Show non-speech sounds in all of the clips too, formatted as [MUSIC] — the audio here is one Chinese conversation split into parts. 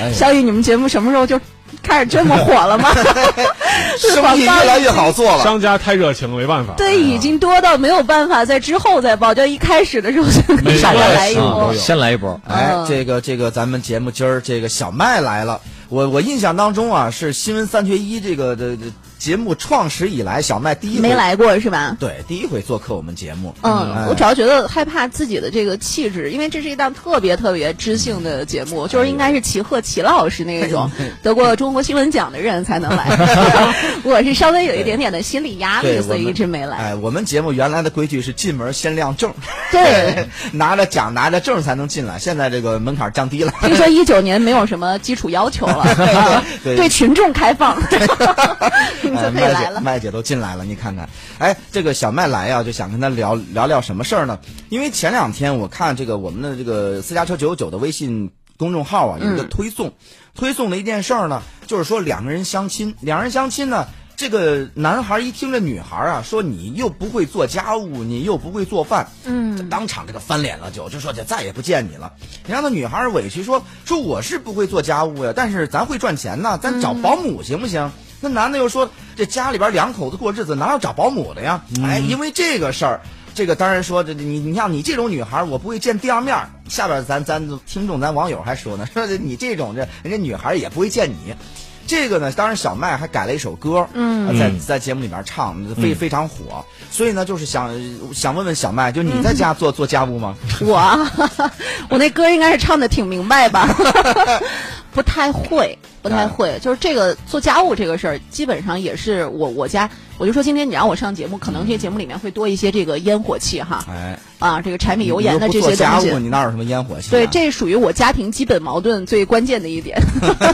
呀小雨，你们节目什么时候就开始这么火了 [LAUGHS] 吗？生意越来越好做了。商家太热情，没办法。 [LAUGHS] 对，已经多到没有办法在之后再报，就一开始的时候就可每以个少来一事情波都。有。先来一波，哎嗯，这个这个，咱们节目今儿这个小麦来了。我我印象当中啊，是新闻三缺一这个的的节目创始以来，小麦第一回没，来过是吧？对，第一回做客我们节目。嗯，哎我主要觉得害怕自己的这个气质，因为这是一档特别特别知性的节目，就是应该是齐赫齐老师那种得过中国新闻奖的人才能来。我是稍微有一点点的心理压力，对，所以我一们直没来。哎，我们节目原来的规矩是进门先亮证， [LAUGHS] 哎对，拿着奖拿着证才能进来，现在这个门槛降低了。听说一九年没有什么基础要求了， [LAUGHS] 对啊对群众开放， [LAUGHS] 你就可哎，以麦来姐，了。麦姐都进来了，你看看，哎，这个小麦来呀、就想跟他聊聊聊什么事儿呢？因为前两天我看这个我们的这个私家车九九九的微信公众号啊，有一嗯个推送，推送的一件事儿呢，就是说两个人相亲，两人相亲呢。这个男孩一听这女孩啊，说你又不会做家务，你又不会做饭，嗯，当场这个翻脸了就，就说就再也不见你了。你让那女孩委屈说说我是不会做家务呀，但是咱会赚钱呐，咱嗯找保姆行不行？那男的又说，这家里边两口子过日子，哪有找保姆的呀？嗯哎，因为这个事儿，这个当然说，这你你像你这种女孩儿，我不会见第二面儿。下边咱咱听众咱网友还说呢，说这你这种这人家女孩儿也不会见你。这个呢，当然小麦还改了一首歌，嗯，在在节目里边唱，嗯非非常火。所以呢，就是想想问问小麦，就你嗯在家做做家务吗？我啊 [LAUGHS] 我那歌应该是唱的挺明白吧， [LAUGHS] 不太会，不嗯太会。就是这个做家务这个事儿，基本上也是我我家，我就说今天你让我上节目，可能这节目里面会多一些这个烟火气哈，哎，啊，这个柴米油你盐又的不这做些家东务，西。你哪有什么烟火气、啊？对，这属于我家庭基本矛盾最关键的一点，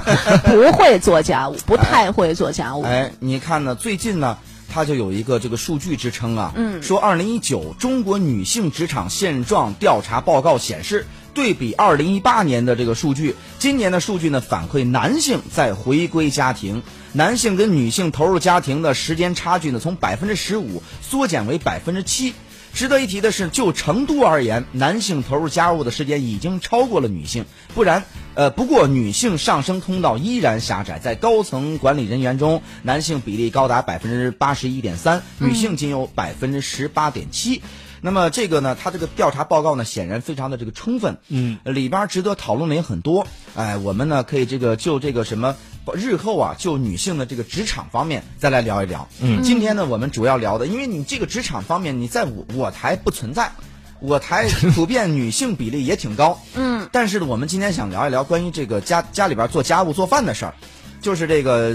[LAUGHS] 不会做家务，不太会做家务。哎，你看呢？最近呢，它就有一个这个数据支撑啊，嗯，说二零一九中国女性职场现状调查报告显示，对比二零一八年的这个数据，今年的数据呢反馈男性在回归家庭，男性跟女性投入家庭的时间差距呢从百分之十五缩减为百分之七。值得一提的是，就成都而言，男性投入家务的时间已经超过了女性。不然，呃，不过女性上升通道依然狭窄，在高层管理人员中，男性比例高达百分之八十一点三，女性仅有百分之十八点七。那么这个呢，他这个调查报告呢，显然非常的这个充分，嗯，里边值得讨论的也很多。哎，我们呢可以这个就这个什么，日后啊就女性的这个职场方面再来聊一聊。嗯，今天呢我们主要聊的，因为你这个职场方面，你在我我台不存在。我台普遍女性比例也挺高， [LAUGHS] 嗯，但是呢，我们今天想聊一聊关于这个家家里边做家务做饭的事儿，就是这个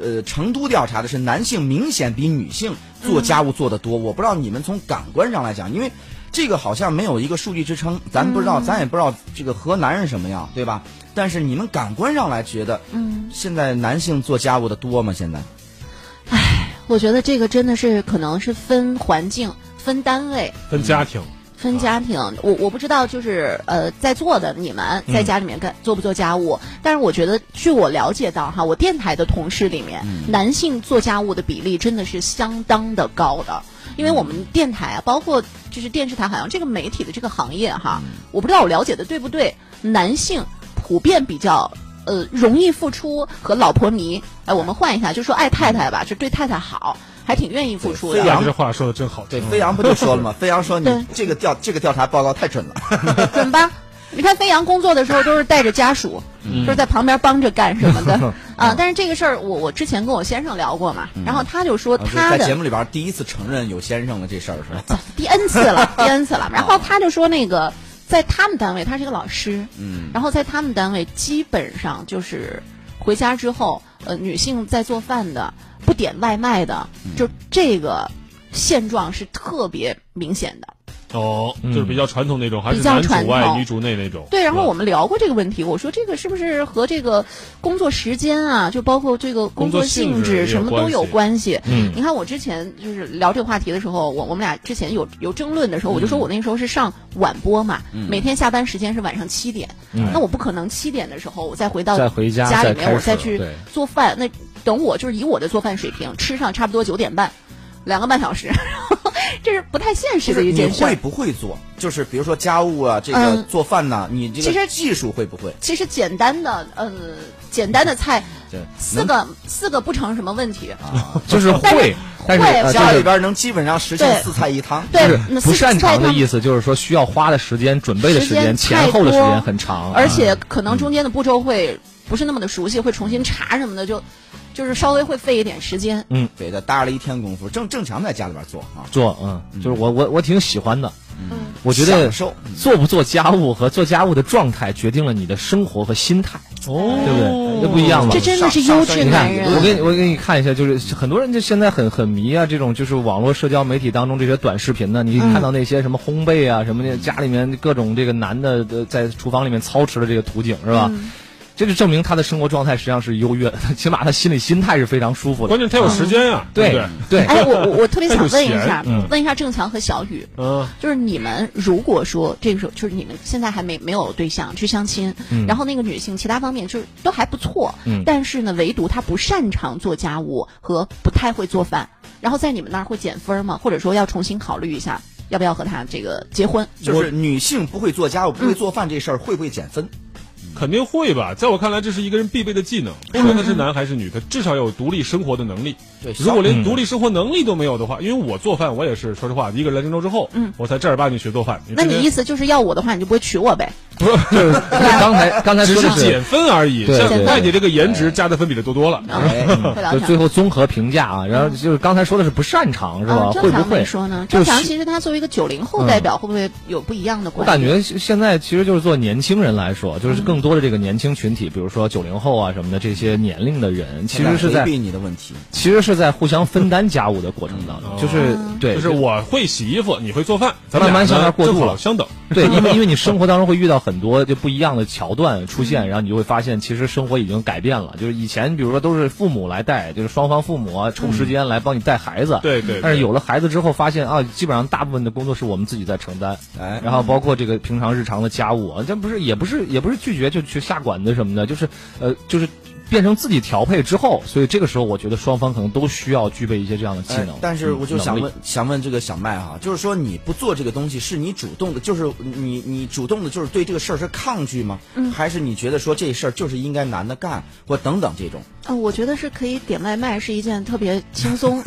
呃，成都调查的是男性明显比女性做家务做得嗯多。我不知道你们从感官上来讲，因为这个好像没有一个数据支撑，咱不知嗯道，咱也不知道这个河南人什么样，对吧？但是你们感官上来觉得，嗯，现在男性做家务的多吗？现在我觉得这个真的是可能是分环境、分单位、分家庭，分啊家庭，我我不知道，就是呃，在座的你们嗯在家里面干、做不做家务？但是我觉得，据我了解到哈，我电台的同事里面，嗯男性做家务的比例真的是相当的高的。因为我嗯们电台啊，包括就是电视台，好像这个媒体的这个行业哈，嗯我不知道我了解的对不对，男性普遍比较呃容易付出和老婆迷。哎，我们换一下，就说爱太太吧，就对太太好，还挺愿意付出对的非。呀，常哎这话说的真好听对，。飞扬不就 [LAUGHS] 说了吗？飞扬说嗯对你这个调这个调查报告太准了。怎么办？ [LAUGHS] 你看飞扬工作的时候都是带着家属，嗯就是在旁边帮着干什么 [LAUGHS] 的啊。但是这个事儿，我我之前跟我先生聊过嘛，然后他就说啊就他在节的目里边第一次承认有先生了这事儿是吧？第 N 次 [LAUGHS] 了，第 N 次哦了，然后他就说那个在他们单位，他是个老师，嗯，然后在他们单位基本上就是回家之后，呃，女性在做饭的，不点外卖的，嗯就这个现状是特别明显的。哦，就是嗯比较传统那种，还是比较男主传外统女主内那种。对，然后是吧我们聊过这个问题，我说这个是不是和这个工作时间啊，就包括这个工工作作性性质也质什有么都关有系关系。嗯你看我之前就是聊这个话题的时候，我我们俩之前有有争论的时候，我就说我那时候是上晚播嘛，每天下班时间是晚上七点，那我不可能七点的时候我再回到再回家家里再面开我再始去对做饭，那等我就是以我的做饭水平吃上差不多九点半，两个半小时。 [LAUGHS] [LAUGHS] 这是不太现实就的是一你件事儿会。不会做？就是比如说家务啊，这个嗯做饭呐、你这其个实技术会不会？其实简单的，呃，简单的菜，对，四个四个不成什么问题。啊就是会，但是会呃就家里是。边能基本上实现对四菜一汤。对就是，那不四擅菜长的汤意思，就是说需要花的时间、准备的时时间太前后的时多间很长，啊而且可嗯能中间的步骤会不是那么的熟悉，会重新查什么的，就就是稍微会费一点时间。对的，搭了一天功夫，正正常在家里边做啊，做，嗯，就是我我我挺喜欢的，嗯，我觉得享受嗯做不做家务和做家务的状态决定了你的生活和心态，哦对不对？这不一样了这。真的是优质你看男，我人。啊给你我给你看一下，就是很多人就现在很很迷啊，这种就是网络社交媒体当中这些短视频呢，你嗯看到那些什么烘焙啊，什么的，家里面各种这个男的呃在厨房里面操持的这个图景是吧？嗯这就证明他的生活状态实际上是优越的， [LAUGHS] 起码他心理心态是非常舒服关键的。他有时间呀，对不嗯对？对对，哎，我我我特 [LAUGHS] 别想问一那就下闲，嗯问一下郑强和小雨，嗯，就是你们如果说这个时候，就是你们现在还没没有对象去相亲，然后那个女性其他方面就是都还不错，嗯但是呢，唯独她不擅长做家务和不太会做饭，然后在你们那儿会减分吗？或者说要重新考虑一下，要不要和她这个结婚？就是女性不会做家务、不嗯会做饭这事儿会不会减 [LAUGHS] 分？肯定会吧。在我看来，这是一个人必备的技能，嗯不论他是男还是女，他至少有独立生活的能力。对如果嗯连独立生活能力都没有的话，因为我做饭，我也是说实话，一个人来郑州之后，嗯，我才正儿八经学做饭。那之你前意思就是要我的话，你就不会娶我呗？ [LAUGHS] 就是刚才刚才只说是的减分而已，对像对外界这个颜值加的分比的多多了。啊，哎会聊就嗯最天。后综合评价啊，然后就是刚才说的是不擅长是吧？嗯啊，会郑不强会没？说呢。就郑是强其实他作为一个九零后代表，会不会有不一样的我观点？感觉现现在其实就是做年轻人来说，就是更多的这个年轻群体，比如说九零后啊什么的这些年龄的人，其实是回在避你的问题，其实是在互相分担家务的过程当中，就是对，哦就是我会洗衣服，你会做饭，咱慢们慢俩向那呢过渡正了好相等。对，因为因为你生活当中会遇到很多就不一样的桥段出现，然后你就会发现，其实生活已经改变了。就是以前比如说都是父母来带，就是双方父母啊抽时间来帮你带孩子，嗯对对对但是有了孩子之后，发现啊，基本上大部分的工作是我们自己在承担，哎然后包括这个平常日常的家务啊， [LAUGHS] 这不是也不是也不是拒绝就去下馆子什么的，就是呃就是。变成自己调配之后，所以这个时候我觉得双方可能都需要具备一些这样的技哎能。但是我就嗯想能力问，想问这个小麦哈、就是说你不做这个东西，是你主动的，就是你你主动的，就是对这个事儿是抗拒吗？嗯还是你觉得说这事儿就是应该男的干，或等等这种？啊，我觉得是可以点外卖，是一件特别轻松、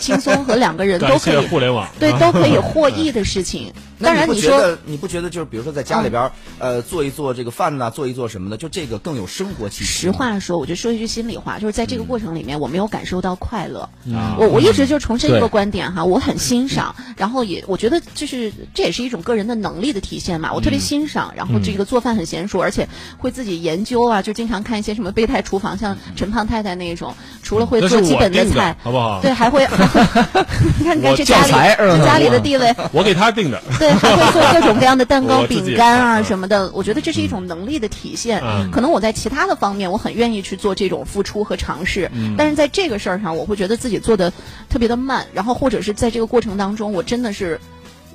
轻松和两个人都感可啊谢以互联网，啊对都可以获益的事 [LAUGHS] 情。当然，那你不觉说嗯得你不觉得就是比如说在家里边儿、呃做一做这个饭呐、做一做什么的，就这个更有生活气息。实，话说，我就说一句心里话，就是在这个过程里面，我没有感受到快乐。啊我我一直就重申一对个观点哈，我很欣赏，嗯然后也我觉得就是这也是一种个人的能力的体现嘛，我嗯特别欣赏。然后这个做饭很娴熟，而且会自己研究啊，就经常看一些什么备胎厨房，像陈胖太太那一种，除了会嗯那是做基我本的定菜的，，好不好？ [LAUGHS] 对，还会， [LAUGHS] 还会你看，你看我这家教里材嗯这家里的地位，我 [LAUGHS] 给他 [LAUGHS] 定的。对，还会做各种各样的蛋糕、我自己饼干啊嗯什么的。我觉得这是一种能力的体现。嗯可能我在其他的方面，我很愿意去做这种付出和尝试，嗯但是在这个事儿上，我会觉得自己做的特别的慢，然后或者是在这个过程当中，我真的是。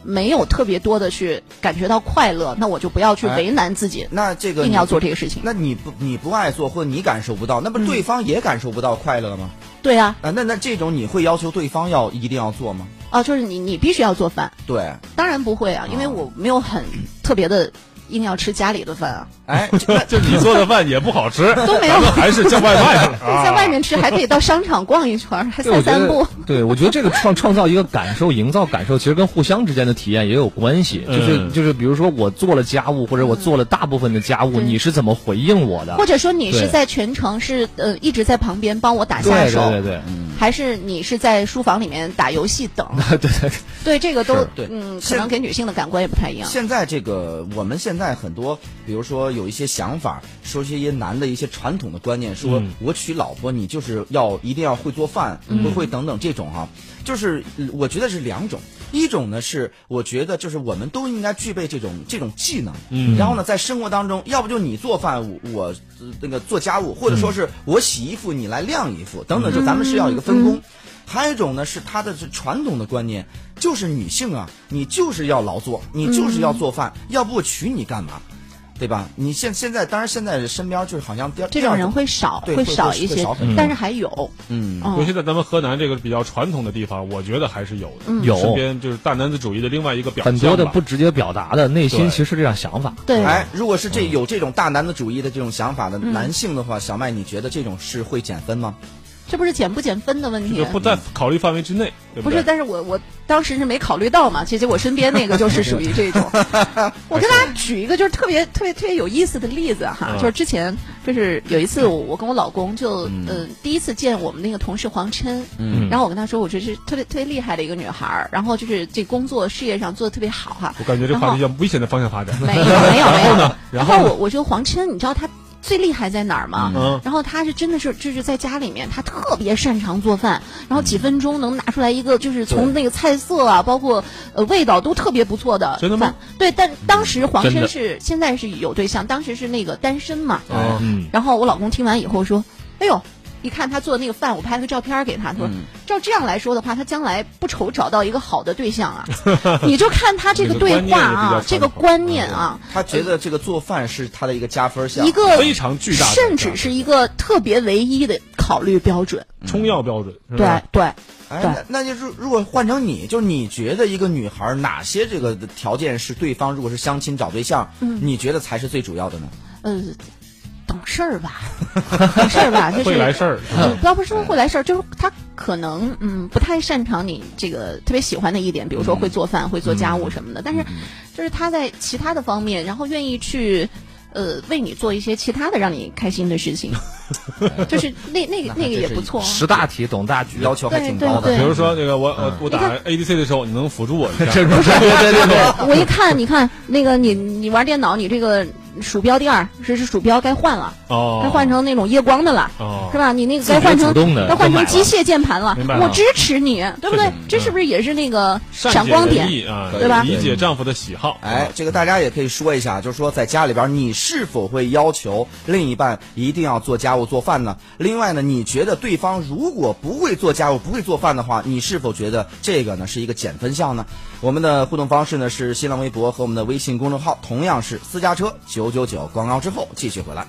没有特别多的去感觉到快乐，那我就不要去哎为难自己，那这个硬你要做这个事情。那你不你不爱做，或者你感受不到，那不嗯对方也感受不到快乐吗？对啊，啊，那那这种你会要求对方要一定要做吗？啊，就是你你必须要做饭，对，当然不会啊，哦因为我没有很特别的硬要吃家里的 [LAUGHS] 饭啊。哎，就你做的饭也不好吃，都没有 [LAUGHS] 咱们还是叫外卖 [LAUGHS] 吧啊。在外面吃，还可以到商场逛一圈儿， [LAUGHS] 还对，我散觉散得步。， [LAUGHS] 对我觉得这个创创造一个感受，营造感受，其实跟互相之间的体验也有关系。就是、嗯就是，比如说我做了家务，或者我做了大部分的家务，嗯对你是怎么回应我的或？者说你对是在全程是呃一直在旁边帮我打下对手，对对对，还是你是在书房里面打游戏等？对 [LAUGHS] 对对， [LAUGHS] 对这个都是对嗯，可现能给女性的感官也不太一样。现在这个，我们现在很多，比如说有一些想法，说一些男的一些传统的观念，说、嗯我娶老婆，你就是要一定要会做饭，不会等等这种哈、就是嗯我觉得是两种，一种呢是我觉得就是我们都应该具备这种这种技能，嗯，然后呢在生活当中，要不就你做饭，我我呃那个做家务，或者说是我洗衣服，你来晾衣服，等等，就咱们是要有一个分工。还有一种呢，是他的是传统的观念，就是女性啊，你就是要劳作，你就是要做饭，要不我娶你干嘛？对吧？你现现在，当然现在身边就是好像第二这种人会少，对会少会一会些少很多，但是还有，嗯啊尤嗯，其在咱们河南这个比较传统的地方，我觉得还是有的。嗯有身边就是大男子主义的另外一个表现很多的吧不直接表达的内心对其实这样想法。对，嗯哎，如果是这有这种大男子主义的这种想法的男性的话，小麦，你觉得这种是会减分吗？这不是减不减分的问就题。不在考虑范围之内，对不对是，？但是我我当时是没考虑到嘛，结结果身边那个就是属于 [LAUGHS] 这种。我跟大家举一个就是特别特别特别有意思的例子哈，嗯就是之前就是有一次我我跟我老公就嗯呃第一次见我们那个同事黄琛，嗯然后我跟他说我这是特别特别厉害的一个女孩儿，然后就是这工作事业上做的特别好 [LAUGHS] 哈，我感觉这然后话题向危险的方向发展。没有没有没有。然后后呢我我觉得黄琛，你知道他最厉害在哪儿吗？嗯然后他是真的是就是在家里面，他特别擅长做饭，然后几分钟能拿出来一个，就是从那个菜色啊，包括呃味道都特别不错的真的吗嗯饭？对，但当时黄真琛的是现在是有对象，当时是那个单身嘛。哦嗯，然后我老公听完以后说：“哎呦。”一看他做的那个饭，我拍了个照片给他，他说：“嗯照这样来说的话，他将来不愁找到一个好的对象 [LAUGHS] 啊。”你就看他这个这个对观念话也比较啊，这个传统嗯观念啊，他觉得这个做饭是他的一个加分项，一个非常巨大的甚至是一个特别唯一的考虑标准。冲药标准，是对吧？对，对哎，那那就是如果换成你，就是你觉得一个女孩哪些这个条件是对方如果是相亲找对象，嗯你觉得才是最主要的呢？呃，懂事儿 [LAUGHS] 吧，懂事儿吧，就是会来事儿，嗯，不要不是说会来事儿，就是他可能嗯不太擅长你这个特别喜欢的一点，比嗯如说会做饭、会做家务什么的。但是，就是他在其他的方面，然后愿意去呃为你做一些其他的让你开心的事 [LAUGHS] 情，就是那那个那还那个也真是不错。识大体，懂大局，要求还挺高嗯对嗯比的。如说那个我我我打你看 ADC 的时候，你能辅助我一下， [LAUGHS] 这种对对对对，啊啊我一看，你看那个你你玩电脑，你这个鼠标垫儿是是鼠标该换了，哦，该换成那种夜光的了。哦是，吧？你那个自觉该换成主动的该换都买成了机械键盘了明白，了我支持你，对不是对的？这是不是也是那个善闪解光人点？意啊，对吧理解丈夫的喜好，嗯哎，这个大家也可以说一下，就是说在家里边，你是否会要求另一半一定要做家务做饭呢？另外呢，你觉得对方如果不会做家务、不会做饭的话，你是否觉得这个呢是一个减分项呢？我们的互动方式呢是新浪微博和我们的微信公众号，同样是私家车九九九。广告之后继续回来。